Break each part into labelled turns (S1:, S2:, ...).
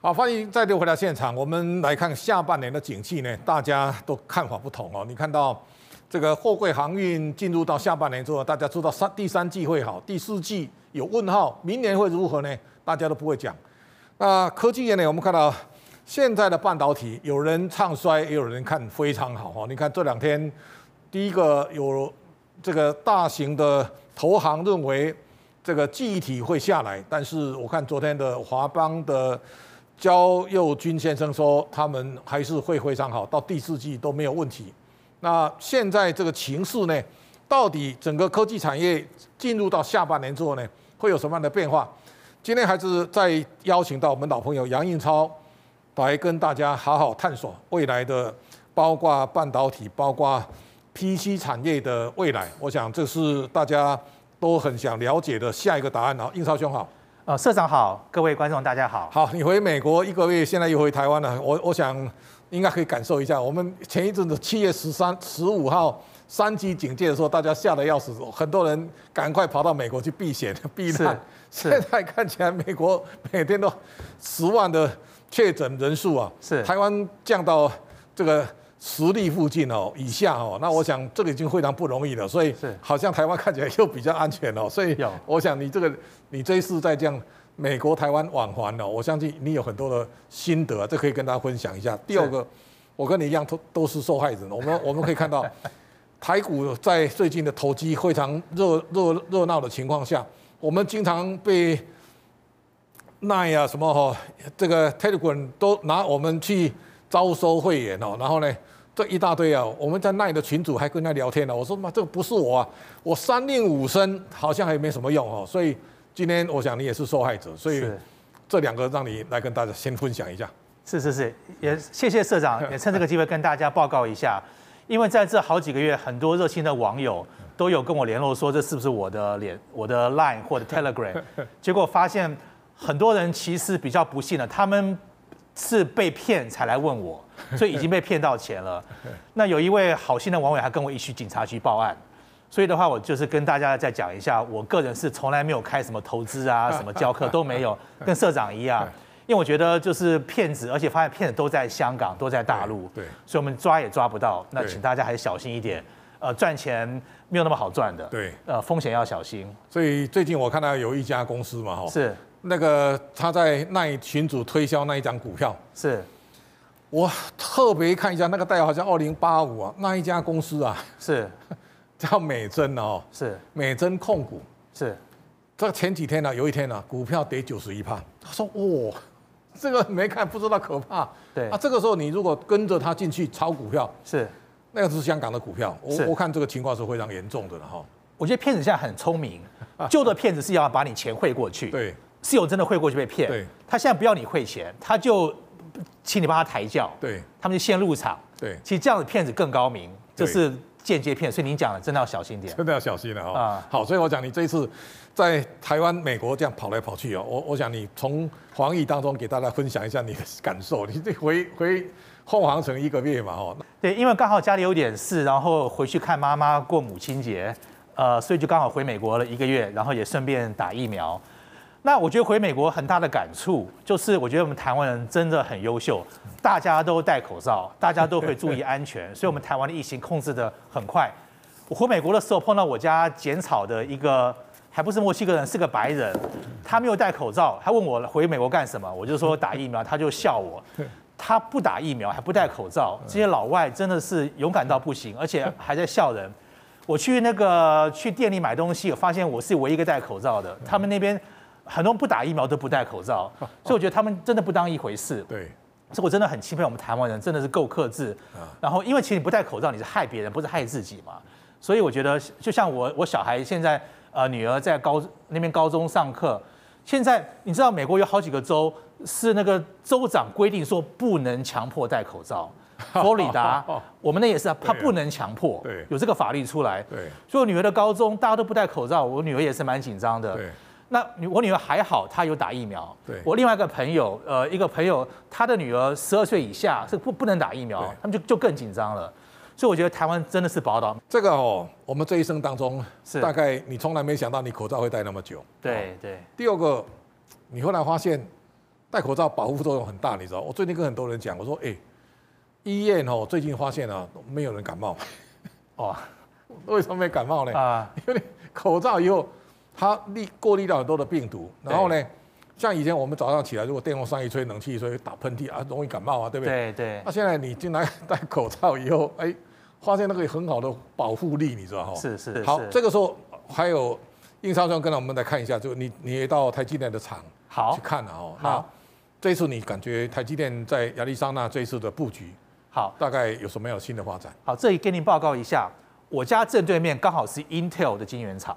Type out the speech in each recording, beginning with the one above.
S1: 好，欢迎再度回到现场。我们来看下半年的景气呢，大家都看法不同哦。你看到这个货柜航运进入到下半年之后，大家知道三第三季会好，第四季有问号，明年会如何呢？大家都不会讲。那科技业呢，我们看到现在的半导体，有人唱衰，也有人看非常好哦。你看这两天，第一个有这个大型的投行认为这个记忆体会下来，但是我看昨天的华邦的。焦佑军先生说，他们还是会非常好，到第四季都没有问题。那现在这个情势呢，到底整个科技产业进入到下半年之后呢，会有什么样的变化？今天还是再邀请到我们老朋友杨应超来跟大家好好探索未来的，包括半导体、包括 PC 产业的未来。我想这是大家都很想了解的下一个答案啊，应超兄好。
S2: 呃，社长好，各位观众大家好。
S1: 好，你回美国一个月，现在又回台湾了。我我想应该可以感受一下。我们前一阵子七月十三、十五号三级警戒的时候，大家吓得要死，很多人赶快跑到美国去避险、 避难。
S2: 是
S1: 现在看起来，美国 每天都十万的确诊人数啊，
S2: 是
S1: 台湾降到这个十例附近哦以下哦。那我想这个已经非常不容易了，所以
S2: 是
S1: 好像台湾看起来又比较安全哦。所以
S2: 有
S1: 我想你这个你这一次再这样美国台湾往还哦，我相信你有很多的心得、啊，这可以跟大家分享一下。第二个，我跟你一样都都是受害人，我们我们可以看到台股在最近的投机非常热热热闹的情况下，我们经常被奈啊什么哈、这个 Telegram 都拿我们去招收会员哦，然后呢，这一大堆啊，我们在奈的群主还跟他聊天呢、我说妈，这个不是我啊，我三令五申好像还没什么用哦，所以今天我想你也是受害者，所以
S2: 是
S1: 这两个让你来跟大家先分享一下。
S2: 是是是，也谢谢社长，也趁这个机会跟大家报告一下，因为在这好几个月，很多热心的网友都有跟我联络说这是不是我的脸、我的 Line 或者 Telegram，结果发现很多人其实比较不幸的，他们是被骗才来问 我，所以已经被骗到钱了。那有一位好心的网友还跟我一起去警察局报案。所以的话，我就是跟大家再讲一下，我个人是从来没有开什么投 资啊、什么教课都没有，跟社长一样，因为我觉得就是骗子，而且发现骗子都在香港、都在大陆，
S1: 对对
S2: 所以我们抓也抓不到。那
S1: 对
S2: 请大家还是小心一点，呃，赚钱没有那么好赚的，
S1: 对
S2: 呃，风险要小心。
S1: 所以最近我看到有一家公司嘛哈、哦
S2: 是
S1: 那个他在奈群主推销那一张股票，
S2: 是
S1: 我特别看一下那个代号好像二零八五啊，那一家公司啊
S2: 是
S1: 叫美珍哦，
S2: 是
S1: 美珍控股。
S2: 是，
S1: 这前几天呢、有一天呢、啊股票跌九十一趴，他说：“哦，这个没看不知道可怕。”
S2: 对
S1: 啊，这个时候你如果跟着他进去炒股票，
S2: 是。
S1: 那个是香港的股票，我
S2: 是
S1: 我看这个情况是非常严重的了哈。
S2: 我觉得骗子现在很聪明，旧的骗子是要把你钱汇过去，
S1: 对
S2: 是有真的汇过去被骗，
S1: 对，
S2: 他现在不要你汇钱，他就请你帮他抬轿，
S1: 对
S2: 他们就先入场。
S1: 对，
S2: 其实这样的骗子更高明，
S1: 对
S2: 就是间接骗，所以您讲的真的要小心点。
S1: 真的要小心了哈、
S2: 啊
S1: 好，所以我讲你这一次在台湾、美国这样跑来跑去哦，我我想你从黄奕当中给大家分享一下你的感受。你这回回凤凰城一个月嘛哦，
S2: 对，因为刚好家里有点事，然后回去看妈妈过母亲节，呃，所以就刚好回美国了一个月，然后也顺便打疫苗。那我觉得回美国很大的感触就是，我觉得我们台湾人真的很优秀，大家都戴口罩，大家都会注意安全，所以我们台湾的疫情控制的很快。我回美国的时候碰到我家剪草的一个，还不是墨西哥人，是个白人，他没有戴口罩，他问我回美国干什么，我就说打疫苗，他就笑我。他不打疫苗还不戴口罩，这些老外真的是勇敢到不行，而且还在笑人。我去那个去店里买东西，我发现我是唯一一个戴口罩的，他们那边很多人不打疫苗都不戴口罩，所以我觉得他们真的不当一回事。
S1: 对
S2: 这我真的很钦佩我们台湾人，真的是够克制。
S1: 嗯
S2: 然后，因为其实你不戴口罩，你是害别人，不是害自己嘛。所以我觉得，就像我我小孩现在呃女儿在高那边高中上课，现在你知道美国有好几个州是那个州长规定说不能强迫戴口 罩，佛罗里达我们那也是啊，他
S1: 对啊
S2: 不能强迫，
S1: 对
S2: 有这个法律出来。
S1: 对
S2: 所以我女儿的高中大家都不戴口罩，我女儿也是蛮紧张的。
S1: 对
S2: 那女我女儿还好，她有打疫苗。
S1: 对
S2: 我另外一个朋友，呃，一个朋友，她的女儿十二岁以下是不不能打疫苗
S1: 对，
S2: 他们就就更紧张了。所以我觉得台湾真的是宝岛。
S1: 这个哦，我们这一生当中，
S2: 是
S1: 大概你从来没想到你口罩会戴那么久。
S2: 对对
S1: 第二个，你后来发现戴口罩保护作用很大，你知道？我最近跟很多人讲，我说，哎、医院哦，最近发现啊，没有人感冒，
S2: 哦
S1: 为什么没感冒呢？
S2: 啊，
S1: 因为口罩以后，它滤过滤掉很多的病毒，然后呢，像以前我们早上起来，如果电风扇一吹，冷气一吹，打喷嚏啊，容易感冒啊，对不对？
S2: 对对
S1: 那、，现在你进来戴口罩以后，哎、发现那个有很好的保护力，你知道哈？
S2: 是是
S1: 好，
S2: 是
S1: 这个时候还有应超兄跟我们来看一下，就你你也到台积电的厂
S2: 好
S1: 去看了哦。那
S2: 好
S1: 这一次你感觉台积电在亚利桑那这一次的布局，
S2: 好。
S1: 大概有什么样的新的发展？
S2: 好，这里跟您报告一下，我家正对面刚好是 Intel 的晶 圆厂，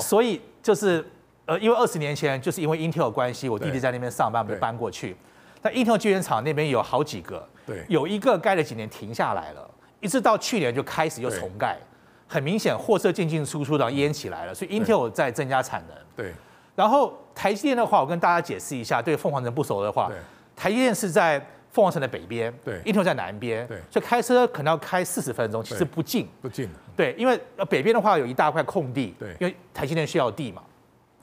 S2: 所以就是呃，因为二十年前就是因为 Intel 的关系，我弟弟
S1: 对
S2: 在那边上班，我们
S1: 对
S2: 就搬过去。但 Intel 晶圆厂那边有好几个，
S1: 对
S2: 有一个盖了几年停下来了，一直到去年就开始又
S1: 对
S2: 重盖，很明显货车进进出出的淹起来了，所以 Intel 在增加产能。
S1: 对
S2: 然后台积电的话，我跟大家解释一下，对凤凰城不熟的话
S1: 对，
S2: 台积电是在凤凰城的北边，
S1: 对
S2: ，Intel 在南边，
S1: 对
S2: 所以开车可能要开四十分钟，其实
S1: 对
S2: 不近，
S1: 不近了，
S2: 对，因为呃北边的话有一大块空地，
S1: 对
S2: 因为台积电需要地嘛。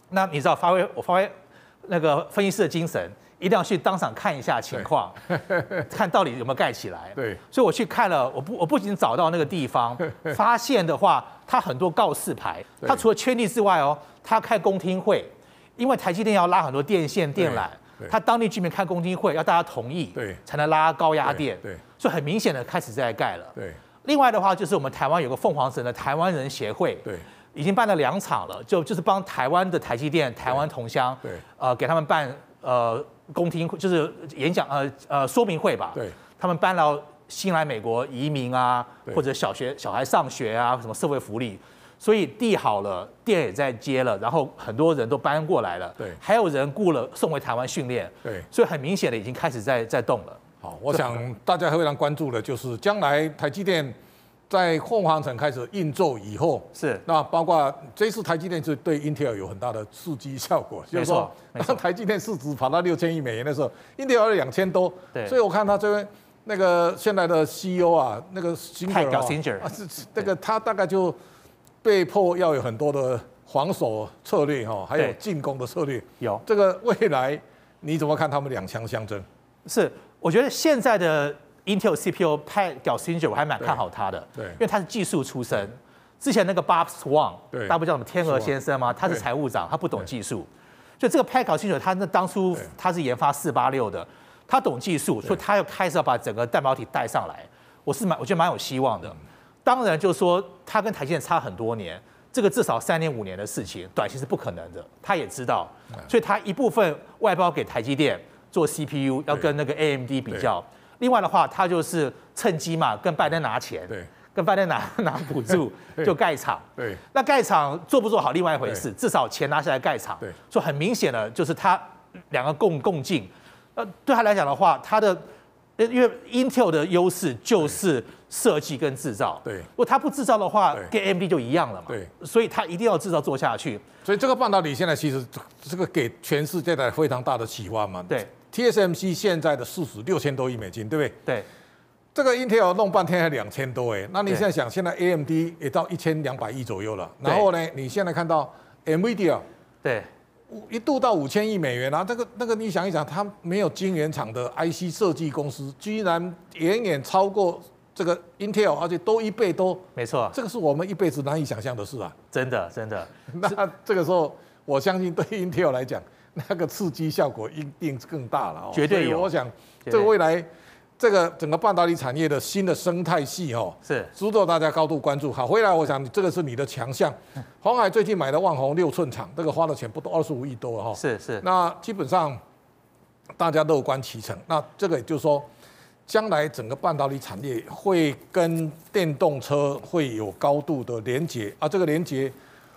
S2: 那你知道发挥我发挥那个分析师的精神，一定要去当场看一下情况，看到底有没有盖起来。
S1: 对
S2: 所以我去看了，我不我不仅找到那个地 方，发现的话，它很多告示牌，
S1: 对
S2: 它除了圈地之外哦，它开公听会，因为台积电要拉很多电线电缆
S1: 对，对
S2: 它当地居民开公听会要大家同意，
S1: 对
S2: 才能拉高压电，
S1: 对对
S2: 所以很明显的开始在盖了。
S1: 对
S2: 另外的话，就是我们台湾有个凤凰城的台湾人协会，
S1: 对
S2: 已经办了两场了，就就是帮台湾的台积电、台湾同乡，
S1: 对
S2: 呃，给他们办呃公听会，就是演讲呃呃说明会吧，
S1: 对，
S2: 他们搬到新来美国移民啊，
S1: 对
S2: 或者小学小孩上学啊，什么社会福利。所以地好了，店也在接了，然后很多人都搬过来了，
S1: 对
S2: 还有人雇了送回台湾训练，
S1: 对。
S2: 所以很明显的已经开始在在动了。
S1: 好，我想大家非常关注的就是将来台积电在凤凰城开始运作以后，
S2: 是
S1: 那包括这次台积电是对 Intel 有很大的刺激效果，就
S2: 没错
S1: 是说
S2: 没错
S1: 当台积电市值跑到六千亿美元的时候，Intel 要两千多，
S2: 对
S1: 所以我看他这边那个现在的 CEO 啊，那个 Singer 啊
S2: Pat Gelsinger
S1: 啊是是那个他大概就被迫要有很多的防守策略哈、哦，还有
S2: 对
S1: 进攻的策略，
S2: 有
S1: 这个未来你怎么看他们两强相争？
S2: 是，我觉得现在的 Intel CPU 派屌 s i n g e r 我还蛮看好他的，
S1: 对对
S2: 因为他是技术出身。之前那个 Bob Swan，
S1: 对
S2: 大家不叫什么天鹅
S1: Swan，
S2: 先生吗？他是
S1: 对
S2: 财务长，他不懂
S1: 对
S2: 技术。就这个 Pat g e l s i n g e r 他那当初
S1: 对
S2: 他是研发四八六的，他懂技术，所以他要开始要把整个蛋白体带上来。我是蛮，我觉得蛮有希望的。
S1: 嗯
S2: 当然，就是说他跟台积电差很多年，这个至少三年五年的事情，短期是不可能的。他也知道，
S1: 嗯
S2: 所以他一部分外包给台积电做 CPU，要跟那个 AMD 比较。另外的话，他就是趁机嘛，跟拜登拿钱，
S1: 对
S2: 跟拜登拿 拿补助
S1: 对
S2: 就盖厂。
S1: 对。
S2: 那盖厂做不做好另外一回事，至少钱拿下来盖厂。
S1: 对
S2: 所以很明显的就是他两个共共进。呃，对他来讲的话，他的呃因为 Intel 的优势就是设计跟制造。
S1: 对
S2: 如果他不制造的话，
S1: 对
S2: 跟 AMD 就一样了嘛。
S1: 对，
S2: 所以他一定要制造做下去。
S1: 所以这个半导体现在其实这个给全世界带来非常大的启发嘛。
S2: 对
S1: ，TSMC 现在的市值六千多亿美金，对不对？
S2: 对，
S1: 这个 Intel 弄半天还两千多哎，那你
S2: 对
S1: 现在想，现在 AMD 也到一千两百亿左右了，
S2: 对
S1: 然后呢，你现在看到 NVIDIA
S2: 对，
S1: 五一度到五千亿美元啊，这个那个你想一想，它没有晶圆厂的 IC 设计公司，居然远远超过这个 Intel，而且多一倍多，
S2: 没错，
S1: 这个是我们一辈子难以想象的事啊。
S2: 真的真的。
S1: 那这个时候，我相信对 Intel 来讲，那个刺激效果一定更大了、哦。
S2: 绝对有
S1: 所以我想，
S2: 绝对
S1: 这个未来这个整个半导体产业的新的生态系哦，
S2: 是
S1: 值得大家高度关注。好，回来我想这个是你的强项。
S2: 嗯
S1: 红海最近买的万宏六寸厂，这个花的钱不多，二十五亿多哈、哦。
S2: 是是，
S1: 那基本上大家乐观其成。那这个也就是说，将来整个半导体产业会跟电动车会有高度的连接啊，这个连接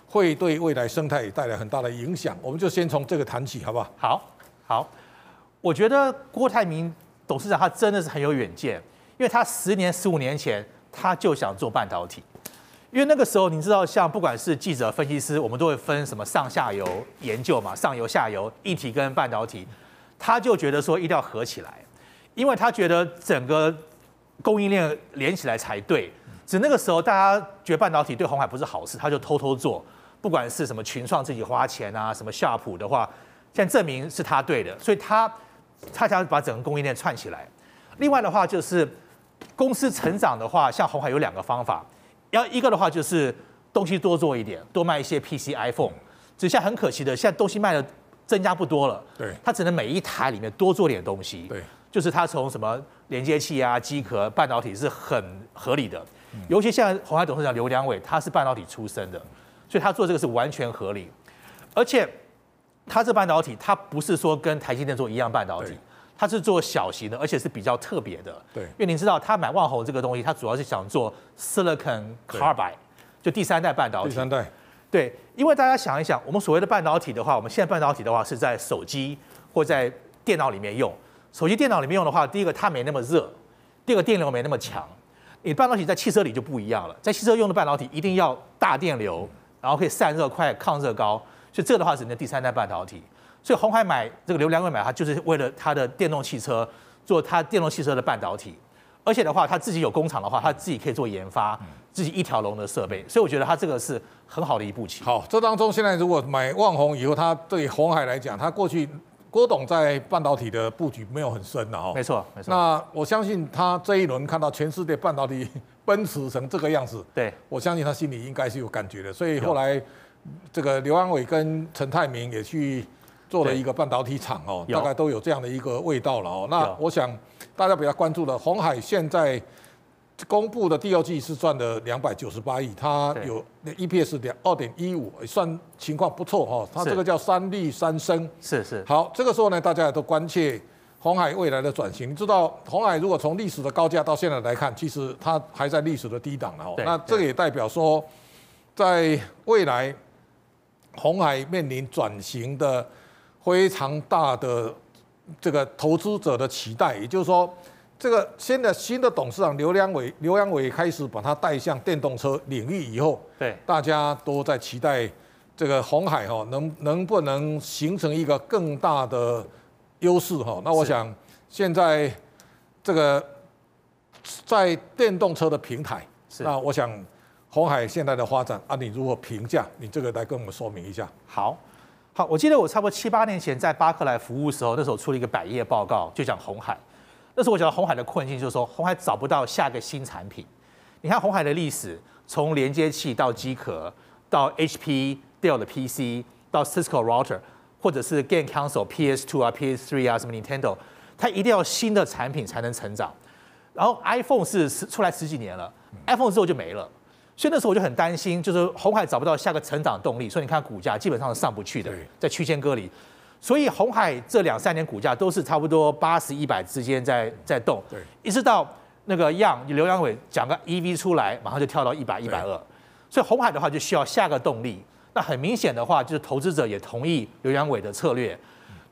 S1: 会对未来生态也带来很大的影响。我们就先从这个谈起，好不好？
S2: 好好，我觉得郭台铭董事长他真的是很有远见，因为他十年、十五年前他就想做半导体，因为那个时候你知道，像不管是记者、分析师，我们都会分什么上下游研究嘛，上游、下游一体跟半导体，他就觉得说一定要合起来，因为他觉得整个供应链连起来才对。只那个时候，大家觉得半导体对红海不是好事，他就偷偷做，不管是什么群创自己花钱啊，什么夏普的话，现在证明是他对的，所以他他想把整个供应链串起来。另外的话就是公司成长的话，像红海有两个方法，要一个的话就是东西多做一点，多卖一些 PC、iPhone。只是现在很可惜的，现在东西卖的增加不多了，
S1: 对
S2: 它只能每一台里面多做点东西。
S1: 对，
S2: 就是它从什么连接器啊、机壳、半导体是很合理的。
S1: 嗯
S2: 尤其现在红海董事长刘良伟，他是半导体出身的，所以他做这个是完全合理。而且他这半导体，它不是说跟台积电做一样半导体
S1: 对，
S2: 它是做小型的，而且是比较特别的。
S1: 对
S2: 因为您知道，他买万宏这个东西，他主要是想做 silicon
S1: 对
S2: carbide，就第三代半导
S1: 第
S2: 体。
S1: 三代，
S2: 对，因为大家想一想，我们所谓的半导体的话，我们现在半导体的话是在手机或在电脑里面用。手机、电脑里面用的话，第一个它没那么热，第二个电流没那么强。你半导体在汽车里就不一样了，在汽车用的半导体一定要大电流，然后可以散热快、抗热高，所以这个的话只能第三代半导体。所以红海买这个刘良伟买它，就是为了它的电动汽车做它电动汽车的半导体。而且的话，他自己有工厂的话，他自己可以做研发，自己一条龙的设备，所以我觉得他这个是很好的一步棋。
S1: 好，这当中现在如果买万宏以后，它对红海来讲，它过去郭董在半导体的布局没有很深的哦
S2: 没。错，没错。
S1: 那我相信他这一轮看到全世界半导体 奔驰成这个样子，
S2: 对
S1: 我相信他心里应该是有感觉的。所以后来这个刘安伟跟陈泰明也去做了一个半导体厂哦，
S2: 有
S1: 大概都有这样的一个味道了哦。
S2: 有
S1: 那我想大家比较关注的，红海现在公布的第二季是赚了两百九十八亿，它
S2: 对
S1: 有 EPS 两二点一五，算情况不错哦。它
S2: 是
S1: 这个叫三利三升。
S2: 是是，
S1: 好，这个时候呢，大家也都关切红海未来的转型。你知道，红海如果从历史的高价到现在来看，其实它还在历史的低档了哦。
S2: 对
S1: 那这个也代表说，在未来，红海面临转型的非常大的这个投资者的期待，也就是说。这个现在新的董事长刘良伟，刘良伟开始把他带向电动车领域以后，
S2: 对
S1: 大家都在期待这个红海哈、能能不能形成一个更大的优势哈、那我
S2: 是
S1: 想现在这个在电动车的平台，
S2: 是
S1: 那我想红海现在的发展啊，你如何评价？你这个来跟我们说明一下。
S2: 好。好，我记得我差不多七八年前在巴克莱服务的时候，那时候出了一个百页报告，就讲红海。那时候我讲到红海的困境，就是说红海找不到下个新产品。你看红海的历史，从连接器到机壳，到 HP、Dell 的 PC，到 Cisco router，或者是 Game Console、PS2 啊、PS3 啊，什么 Nintendo，它一定要新的产品才能成长。然后 iPhone 是十出来十几年了，iPhone 之后就没了，所以那时候我就很担心，就是红海找不到下个成长动力，所以你看股价基本上是上不去的
S1: 对，
S2: 在区间割离。所以红海这两三年股价都是差不多八十一百之间在在动，
S1: 对，
S2: 一直到那个样刘阳伟讲个 EV 出来，马上就跳到一百一百二，所以红海的话就需要下个动力。那很明显的话，就是投资者也同意刘阳伟的策略。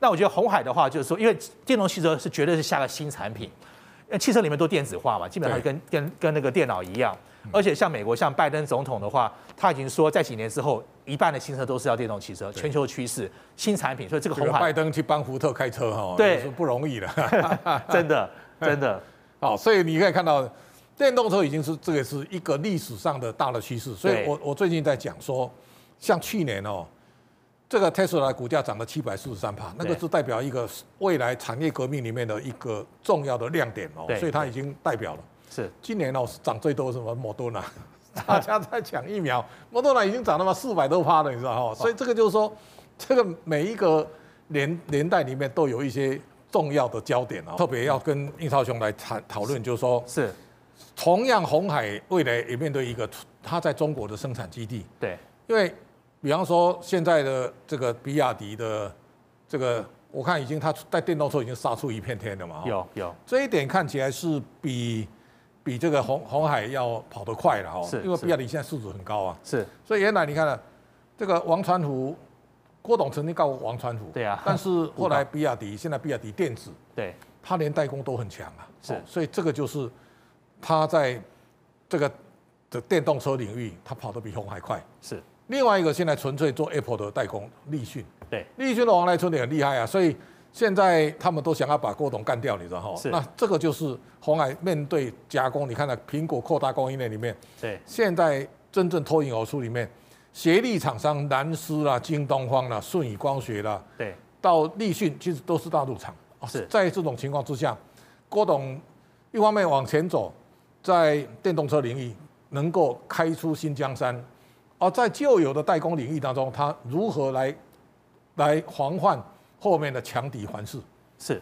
S2: 那我觉得红海的话，就是说，因为电动汽车是绝对是下个新产品，因为汽车里面都电子化嘛，基本上
S1: 对嗯
S2: 跟跟跟那个电脑一样。而且像美国像拜登总统的话，他已经说在几年之后，一半的新车都是要电动汽车，全球趋势新产品，所以这个
S1: 这
S2: 红
S1: 个
S2: 海
S1: 拜登去帮福特开车哈、
S2: 对
S1: 也是不容易的。
S2: 真的真的
S1: 好，所以你可以看到，电动车已经是这个是一个历史上的大的趋势。所以
S2: 对
S1: 我我最近在讲说，像去年哦，这个 Tesla 股价涨了七百四十三趴，那个
S2: 对
S1: 是代表一个未来产业革命里面的一个重要的亮点哦
S2: 对，
S1: 所以它
S2: 对
S1: 已经代表了。
S2: 是
S1: 今年哦涨最多是什么？莫多纳， 大家在抢疫苗，莫多纳已经涨了嘛四百多趴了，你知道哈？所以这个就是说，这个每一个年年代里面都有一些重要的焦点哦，特别要跟应超雄来谈讨论，就是说，
S2: 是，
S1: 同样红海未来也面对一个它在中国的生产基地，
S2: 对
S1: 因为比方说现在的这个比亚迪的这个，我看已经它在电动车已经杀出一片天了嘛，哦
S2: 有有
S1: 这一点看起来是比比这个红红海要跑得快了哦，
S2: 是
S1: 因为
S2: 是
S1: 比亚迪现在市值很高啊，
S2: 是
S1: 所以原来你看了这个王传福，郭董曾经告过王传福，
S2: 对啊
S1: 但是后来比亚迪现在比亚迪电子，
S2: 对
S1: 它连代工都很强啊，
S2: 是
S1: 哦所以这个就是它在这个的电动车领域，它跑得比红海快。
S2: 是，
S1: 另外一个现在纯粹做 Apple 的代工立讯，
S2: 对
S1: 立讯的王来春也很厉害啊，所以现在他们都想要把郭董干掉，你知道哈
S2: 是？
S1: 那这个就是红海面对加工，你看到苹果扩大供应链里面，
S2: 对
S1: 现在真正脱颖而出里面，协力厂商南斯啦、京东方啦、顺宇光学啦，
S2: 对
S1: 到立讯，其实都是大陆厂。哦
S2: 是
S1: 在这种情况之下，郭董一方面往前走，在电动车领域能够开出新江山，而在旧有的代工领域当中，他如何来来防范后面的强敌环视？
S2: 是，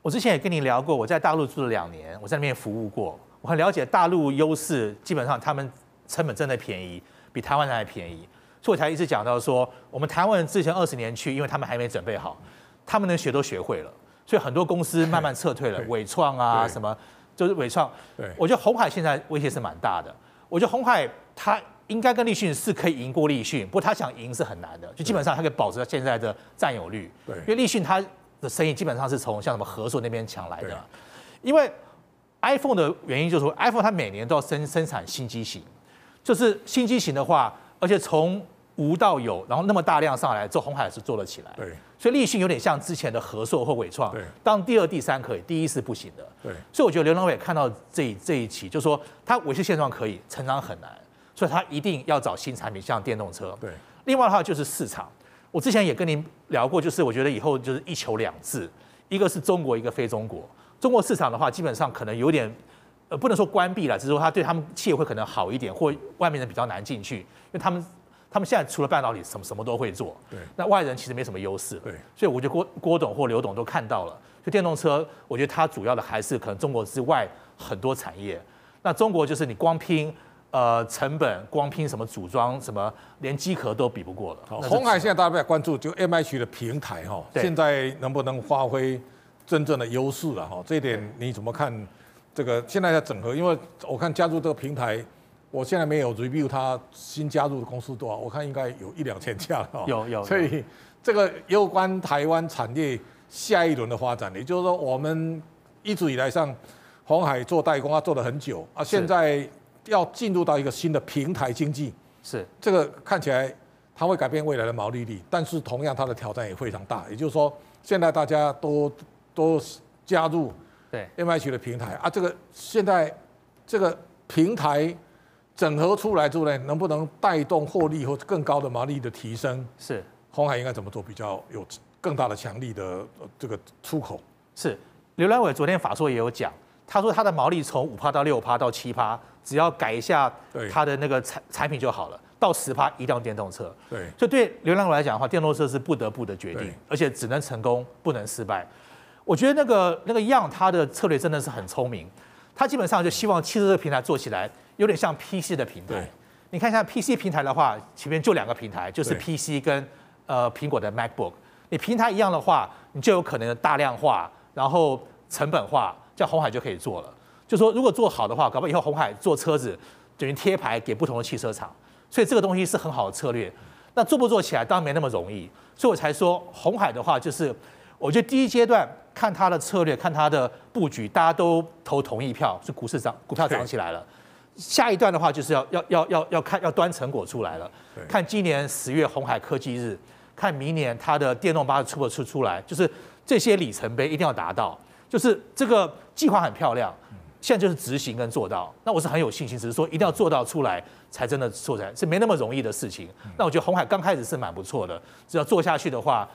S2: 我之前也跟你聊过，我在大陆住了两年，我在那边服务过，我很了解大陆优势，基本上他们成本真的便宜，比台湾人还便宜，所以我才一直讲到说，我们台湾人之前二十年去，因为他们还没准备好，他们能学都学会了，所以很多公司慢慢撤退了，
S1: 对
S2: 伟创啊
S1: 对
S2: 什么，就是伟创，
S1: 对
S2: 我觉得红海现在威胁是蛮大的。我觉得红海它应该跟立讯是可以赢过立讯，不过他想赢是很难的，就基本上它可以保持它现在的占有率。
S1: 对
S2: 因为立讯它的生意基本上是从像什么合作那边抢来
S1: 对
S2: 的，因为 iPhone 的原因就是说 iPhone 它每年都要生生产新机型，就是新机型的话，而且从无到有，然后那么大量上来之后，红海是做了起来。
S1: 对
S2: 所以立讯有点像之前的合硕或伟创
S1: 对，
S2: 当第二、第三可以，第一是不行的。
S1: 对
S2: 所以我觉得刘良伟看到这一这一期，就说他维持现状可以，成长很难，所以他一定要找新产品，像电动车。
S1: 对
S2: 另外的话就是市场，我之前也跟您聊过，就是我觉得以后就是一球两制，一个是中国，一个非中国。中国市场的话，基本上可能有点，呃，不能说关闭了，只是说它对他们企业会可能好一点，或外面人比较难进去，因为他们他们现在除了半导体，什么什么都会做。
S1: 对
S2: 那外人其实没什么优势了。
S1: 对
S2: 所以我觉得郭郭董或刘董都看到了，就电动车，我觉得它主要的还是可能中国之外很多产业。那中国就是你光拼呃成本，光拼什么组装，什么连机壳都比不过了。
S1: 好，
S2: 那是
S1: 红海现在大家比较关注就 M H 的平台哈，
S2: 对
S1: 现在能不能发挥真正的优势了哈？这一点你怎么看？这个现在在整合，因为我看加入这个平台，我现在没有 review 它新加入的公司多啊少，我看应该有一两千家了哈。
S2: 有有
S1: 所以这个有关台湾产业下一轮的发展，也就是说我们一直以来上红海做代工，它做了很久啊，现在要进入到一个新的平台经济。
S2: 是
S1: 这个看起来它会改变未来的毛利率，但是同样它的挑战也非常大。也就是说，现在大家都都加入
S2: 对
S1: M H 的平台啊，这个现在这个平台整合出来之后呢，能不能带动获利或更高的毛利的提升？
S2: 是
S1: 红海应该怎么做比较有更大的强力的呃这个出口？
S2: 是。刘兰伟昨天法说也有讲，他说他的毛利从五趴到六趴到七趴，只要改一下
S1: 对
S2: 他的那个产产品就好了，到十趴一定要电动车。
S1: 对
S2: 所以对流浪狗来讲的话，电动车是不得不的决定
S1: 对，
S2: 而且只能成功，不能失败。我觉得那个那个样，他的策略真的是很聪明，他基本上就希望汽车这个平台做起来有点像 PC 的平台
S1: 对。
S2: 你看一下 PC 平台的话，前面就两个平台，就是
S1: 对
S2: PC 跟呃苹果的 MacBook。你平台一样的话，你就有可能大量化，然后成本化，这样红海就可以做了。就说如果做好的话，搞不好以后红海做车子等于贴牌给不同的汽车厂，所以这个东西是很好的策略。那做不做起来当然没那么容易，所以我才说红海的话，就是我觉得第一阶段看它的策略，看它的布局，大家都投同意票，是股市涨，股票涨起来了。下一段的话就是要要要要要看要端成果出来了
S1: 对，
S2: 看今年十月红海科技日，看明年它的电动巴士出不出出来，就是这些里程碑一定要达到，就是这个计划很漂亮，现在就是执行跟做到。那我是很有信心，只是说一定要做到出来才真的做起来，是没那么容易的事情。
S1: 嗯
S2: 那我觉得红海刚开始是蛮不错的，只要做下去的话，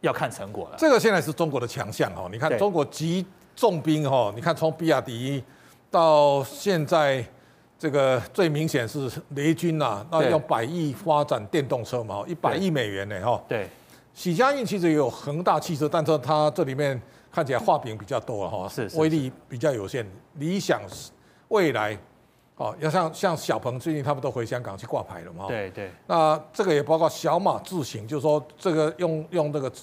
S2: 要看成果了。
S1: 这个现在是中国的强项哦。你看
S2: 对
S1: 中国集重兵哦，你看从比亚迪到现在，这个最明显是雷军呐、那
S2: 对
S1: 用百亿发展电动车嘛，哦一百亿美元呢哈。
S2: 对，
S1: 许家印其实也有恒大汽车，但是它这里面看起来画饼比较多了哈，
S2: 是是
S1: 威力比较有限。理想是未来，哦，要像像小鹏最近他们都回香港去挂牌了嘛。。哦
S2: 对对
S1: 那这个也包括小马自行，就是说这个用用这个自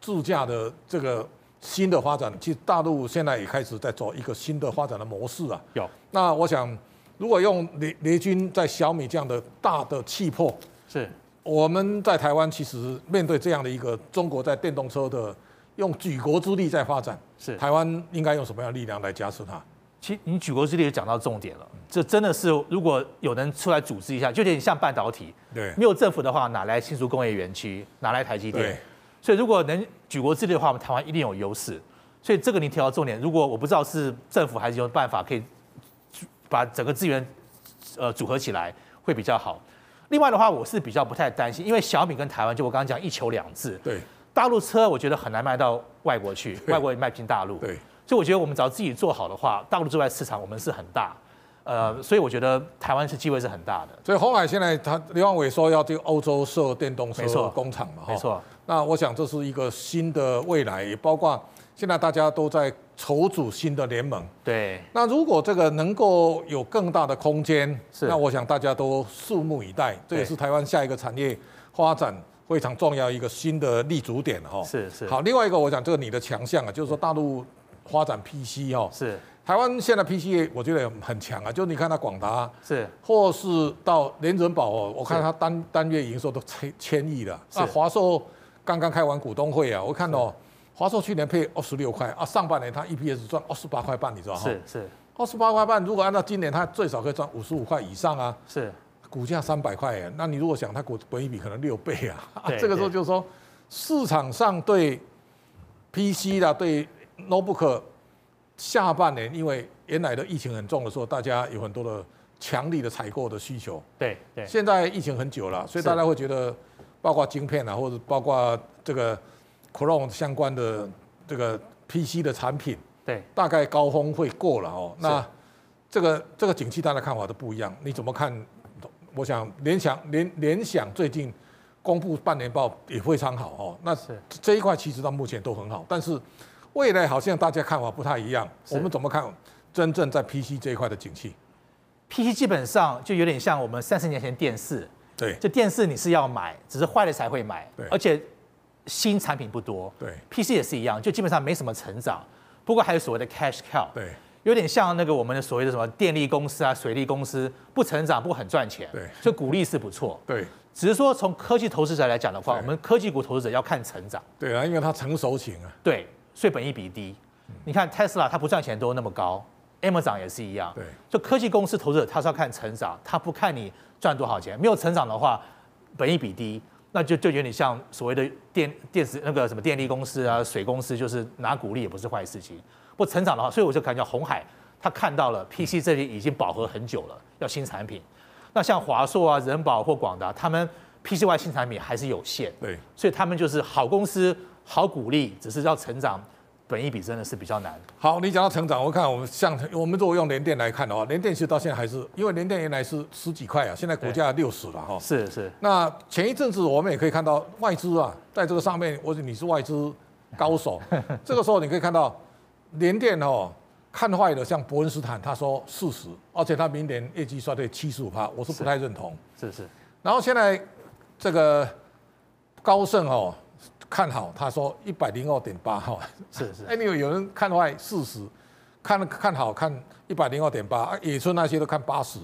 S1: 自驾的这个新的发展，其实大陆现在也开始在走一个新的发展的模式啊。
S2: 有
S1: 那我想，如果用雷雷军在小米这样的大的气魄，
S2: 是
S1: 我们在台湾其实面对这样的一个中国在电动车的用举国之力在发展，
S2: 是。
S1: 台湾应该用什么样的力量来加持它？
S2: 其实你举国之力也讲到重点了，这真的是如果有人出来组织一下，就有点像半导体，
S1: 对
S2: 没有政府的话，哪来新竹工业园区，哪来台积电
S1: 对？
S2: 所以如果能举国之力的话，我们台湾一定有优势。所以这个你提到重点，如果我不知道是政府还是有办法可以把整个资源呃组合起来会比较好。另外的话，我是比较不太担心，因为小米跟台湾就我刚刚讲一球两制，
S1: 对
S2: 大陆车我觉得很难卖到外国去，外国也卖不进大陆。
S1: 对，
S2: 所以我觉得我们只要自己做好的话，大陆之外市场我们是很大。呃，所以我觉得台湾是机会是很大的。
S1: 所以红海现在他刘万伟说要去欧洲设电动车
S2: 没错
S1: 工厂嘛，哈
S2: 没错。
S1: 那我想这是一个新的未来，也包括现在大家都在筹组新的联盟。
S2: 对，
S1: 那如果这个能够有更大的空间，
S2: 是
S1: 那我想大家都拭目以待。这也是台湾下一个产业发展非常重要一个新的立足点哈。
S2: 是是
S1: 好，另外一个我想这个你的强项啊，就是说大陆发展 PC 哦，
S2: 是
S1: 台湾现在 PC 也我觉得很强啊，就你看它广达。啊
S2: 是
S1: 或是到联准宝哦，我看它单单月营收都千千亿了。
S2: 是
S1: 那华硕刚刚开完股东会啊，我看哦，华硕去年配二十六块啊，上半年它 EPS 赚二十八块半，你知道哈？
S2: 是是
S1: 二十八块半，如果按照今年它最少可以赚五十五块以上啊，
S2: 是，股
S1: 股价三百块耶，那你如果想它股本益比可能六倍啊，啊
S2: 对
S1: 这个时候
S2: 对
S1: 就是说市场上对 PC 啦，对 notebook 下半年因为原来的疫情很重的时候，大家有很多的强力的采购的需求。
S2: 对对
S1: 现在疫情很久了，所以
S2: 是
S1: 大家会觉得，包括晶片啊，或者包括这个 Chrome 相关的这个 PC 的产品，
S2: 对。
S1: 大概高峰会过了哦。
S2: 是
S1: 那这个这个景气大家看法都不一样，你怎么看？我想联想联联想最近公布半年报也非常好哦。那
S2: 是
S1: 这一块其实到目前都很好，但是未来好像大家看法不太一样。
S2: 是
S1: 我们怎么看真正在 PC 这一块的景气？
S2: PC 基本上就有点像我们三十年前电视，
S1: 对
S2: 就电视你是要买，只是坏了才会买
S1: 对，
S2: 而且新产品不多。
S1: 对
S2: PC 也是一样，就基本上没什么成长。不过还有所谓的 cash cow，
S1: 对
S2: 有点像那个我们的所谓的什么电力公司啊、水利公司，不成长不过很赚钱，
S1: 对
S2: 所以股利是不错。
S1: 对
S2: 只是说从科技投资者来讲的话，
S1: 对
S2: 我们科技股投资者要看成长，
S1: 对啊，因为它成熟型啊。
S2: 对，所以本益比低。你看 Tesla 它不赚钱都那么高，Amazon 也是一样，
S1: 对，
S2: 就科技公司投资者他是要看成长，他不看你赚多少钱，没有成长的话，本益比低。那就就有点像所谓的电电子那个什么电力公司啊、水公司，就是拿股利也不是坏事情。不过成长的话，所以我就感觉红海他看到了 PC 这里已经饱和很久了，要新产品。那像华硕啊、人保或广达，他们 PCY 新产品还是有限，
S1: 对，
S2: 所以他们就是好公司、好股利，只是要成长，本益比真的是比较难。
S1: 好，你讲到成长，我看我们像我们如果用联电来看的话，联电其实到现在还是，因为联电原来是十几块啊，现在股价六十了哈。
S2: 是是，
S1: 那前一阵子我们也可以看到外资啊，在这个上面，或者你是外资高手，这个时候你可以看到联电哦，看坏了，像伯恩斯坦他说四十，而且他明年业绩衰退七十五趴，我是不太认同。
S2: 是是
S1: 然后现在这个高盛哦看好，他说一百零二点八哈，
S2: 是是
S1: 哎，你有有人看坏四十，看看好看一百零二点八，啊野村那些都看八十，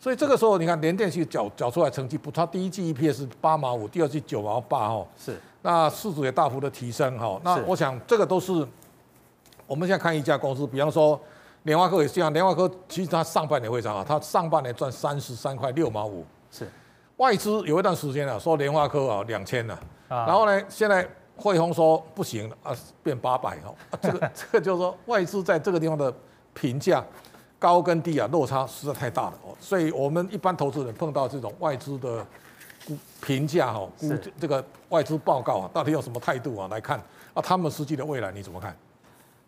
S1: 所以这个时候你看联电去缴缴出来成绩不差，第一季 EPS 八毛五，第二季九毛八哦，
S2: 是，
S1: 那市值也大幅的提升哈、哦。那
S2: 是
S1: 我想这个都是我们现在看一家公司，比方说联发科也是一样，联发科其实它上半年非常好，它上半年赚三十三块六毛五，
S2: 是
S1: 外资有一段时间啊，说莲花科啊两千呢，
S2: 啊
S1: 然后呢，现在汇丰说不行了啊，变八百哦，啊这 个这个就是说外资在这个地方的评价高跟低啊落差实在太大了哦，所以我们一般投资人碰到这种外资的估评价哦，估
S2: 是
S1: 这个外资报告啊，到底有什么态度啊来看啊，他们实际的未来你怎么看？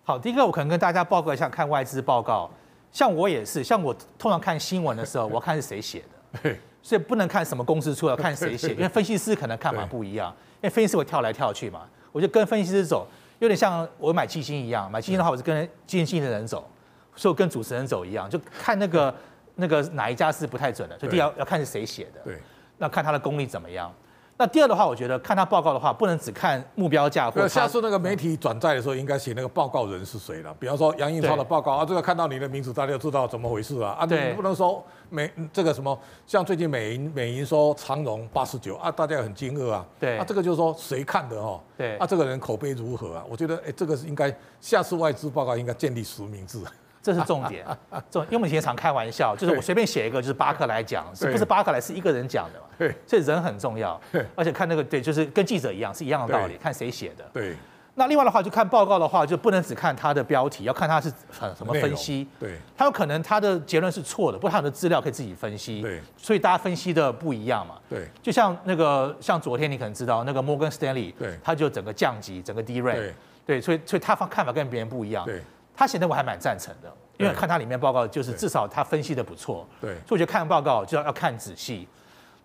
S2: 好，第一个我可能跟大家报告一下，看外资报告，像我也是，像我通常看新闻的时候，我要看是谁写的，
S1: 对
S2: 所以不能看什么公 司出来，看谁写，因为分析师可能看法
S1: 对
S2: 不一样，因为分析师会跳来跳去嘛，我就跟分析师走，有点像我买基金一样，买基金的话我是跟基金的人走，所以我跟主持人走一样，就看那个那个哪一家是不太准的，所以第一要要看是谁写的，
S1: 对，
S2: 那看他的功力怎么样。那第二的话，我觉得看他报告的话，不能只看目标价或
S1: 那
S2: 者
S1: 下次那个媒体转载的时候，应该写那个报告人是谁了。比方说杨应超的
S2: 对
S1: 报告啊，这个看到你的名字，大家就知道怎么回事啊。啊，你
S2: 对
S1: 不能说美嗯这个什么，像最近美银美银说长荣八十九啊，大家也很惊愕啊。
S2: 对
S1: 啊，这个就是说谁看的哦。
S2: 对
S1: 啊，这个人口碑如何啊？我觉得哎，这个是应该下次外资报告应该建立实名制。
S2: 这是重 点，重因为我们以前常开玩笑，就是我随便写一个，就是巴克来讲，是
S1: 对
S2: 不是巴克来是一个人讲的嘛？
S1: 对
S2: 所以人很重要
S1: 对，
S2: 而且看那个对，就是跟记者一样是一样的道理，
S1: 对
S2: 看谁写的。
S1: 对
S2: 那另外的话，就看报告的话，就不能只看它的标题，要看它是很什么
S1: 内容
S2: 分析。
S1: 对
S2: 它有可能它的结论是错的，不过它的资料可以自己分析。
S1: 对，
S2: 所以大家分析的不一样嘛。
S1: 对
S2: 就像那个，像昨天你可能知道那个摩根 Stanley，
S1: 对
S2: 他就整个降级，整个低 rate，
S1: 对
S2: 对，所以所以他方看法跟别人不一样。
S1: 对
S2: 他显得我还蛮赞成的，因为
S1: 对
S2: 看他里面报告，就是
S1: 对
S2: 至少他分析的不错。
S1: 对
S2: 所以我觉得看报告就要要看仔细。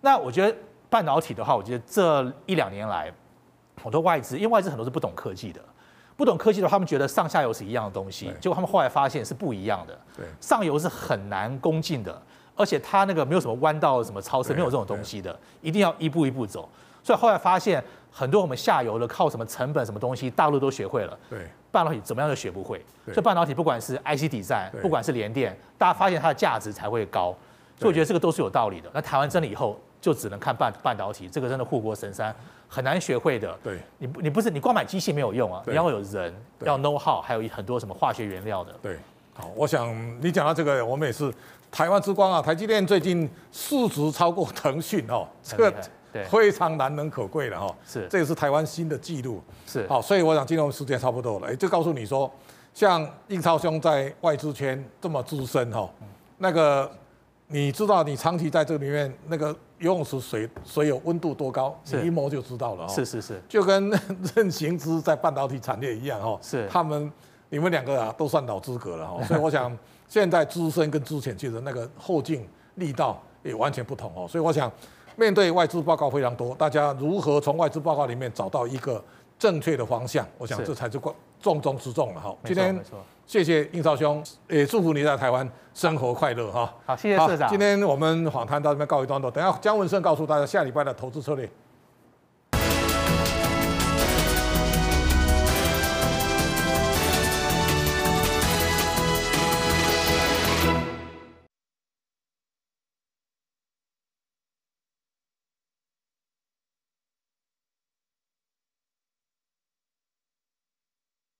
S2: 那我觉得半导体的话，我觉得这一两年来，很多外资，因为外资很多是不懂科技的，不懂科技的话，他们觉得上下游是一样的东西
S1: 对，
S2: 结果他们后来发现是不一样的。
S1: 对
S2: 上游是很难攻进的，而且它那个没有什么弯道、什么超车，
S1: 对
S2: 没有这种东西的，一定要一步一步走。所以后来发现，很多我们下游的靠什么成本、什么东西，大陆都学会了，
S1: 对
S2: 半导体怎么样都学不会。
S1: 对
S2: 所以半导体不管是 IC 底站
S1: 对，
S2: 不管是联电，大家发现它的价值才会高。所以我觉得这个都是有道理的。那台湾真的以后就只能看半半导体，这个真的护国神山，很难学会的。
S1: 对
S2: 你不你不是你光买机器没有用啊，
S1: 对
S2: 你要有人，
S1: 对
S2: 要 know how，还有很多什么化学原料的。
S1: 对，好，我想你讲到这个，我们也是台湾之光啊，台积电最近市值超过腾讯哦，这
S2: 很厉害
S1: 个
S2: 对
S1: 非常难能可贵了哈、哦，
S2: 是
S1: 这也是台湾新的纪录。
S2: 是
S1: 好，所以我想今天我们时间差不多了，哎，就告诉你说，像应超兄在外资圈这么资深哈、哦，
S2: 嗯
S1: 那个你知道你长期在这里面那个游泳池水水有温度多高，
S2: 是
S1: 你一摸就知道了哦。
S2: 是是是，
S1: 就跟 任行之在半导体产业一样哦，
S2: 是
S1: 他们你们两个啊都算老资格 了哦，所以我想现在资深跟之前其实那个后劲力道也完全不同哦，所以我想面对外资报告非常多，大家如何从外资报告里面找到一个正确的方向，我想
S2: 是
S1: 这才是重重中之重了哈。
S2: 没
S1: 今
S2: 错
S1: 天
S2: 没错
S1: 谢谢应少兄，也祝福你在台湾生活快乐哈。哦
S2: 好谢谢社长
S1: 今天我们访谈到这边告一段落，等一下姜文胜告诉大家下礼拜的投资策略